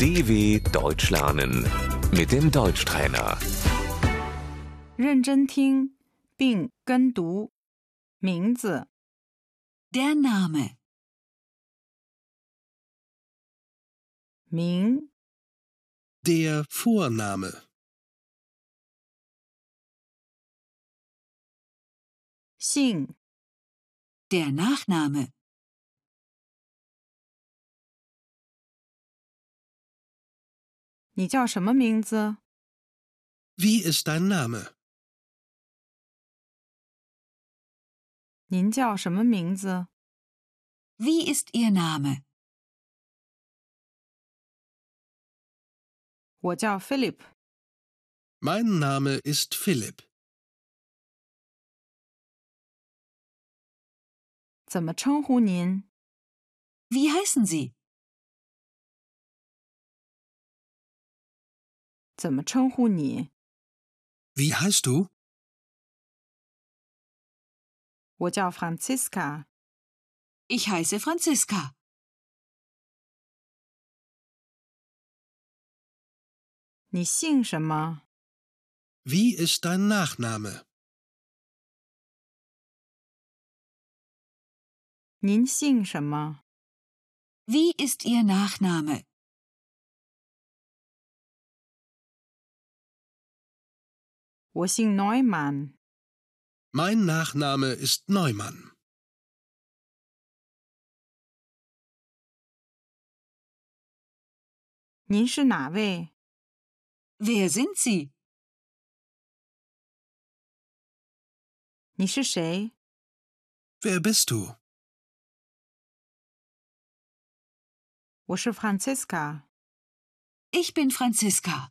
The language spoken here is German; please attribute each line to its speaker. Speaker 1: DW Deutsch lernen mit dem Deutschtrainer.
Speaker 2: 认真听并跟读名字、
Speaker 3: Der Name,
Speaker 2: 名、
Speaker 4: Der Vorname.
Speaker 2: 姓、
Speaker 3: der Nachname,
Speaker 2: 你叫什么名字？
Speaker 4: Wie ist dein Name?
Speaker 2: 您叫什么名字？
Speaker 3: wie ist Ihr Name?
Speaker 2: 我叫 Philip，
Speaker 4: Mein Name ist Philipp.
Speaker 2: 怎么称呼您？
Speaker 3: Wie heißen Sie?
Speaker 2: 怎么称呼你？
Speaker 4: Wie heißt du?
Speaker 2: 我叫 Franziska，
Speaker 3: Ich heiße Franziska.
Speaker 2: 你姓什么？
Speaker 4: Wie ist dein Nachname?
Speaker 2: 您姓什么？
Speaker 3: Wie ist Ihr Nachname?
Speaker 2: 我姓 Neumann，
Speaker 4: Mein Nachname ist Neumann.
Speaker 2: 您是哪位？
Speaker 3: Wer sind Sie?
Speaker 2: 你是谁？
Speaker 4: Wer bist du?
Speaker 2: 我是 Franziska。
Speaker 3: Ich bin Franziska.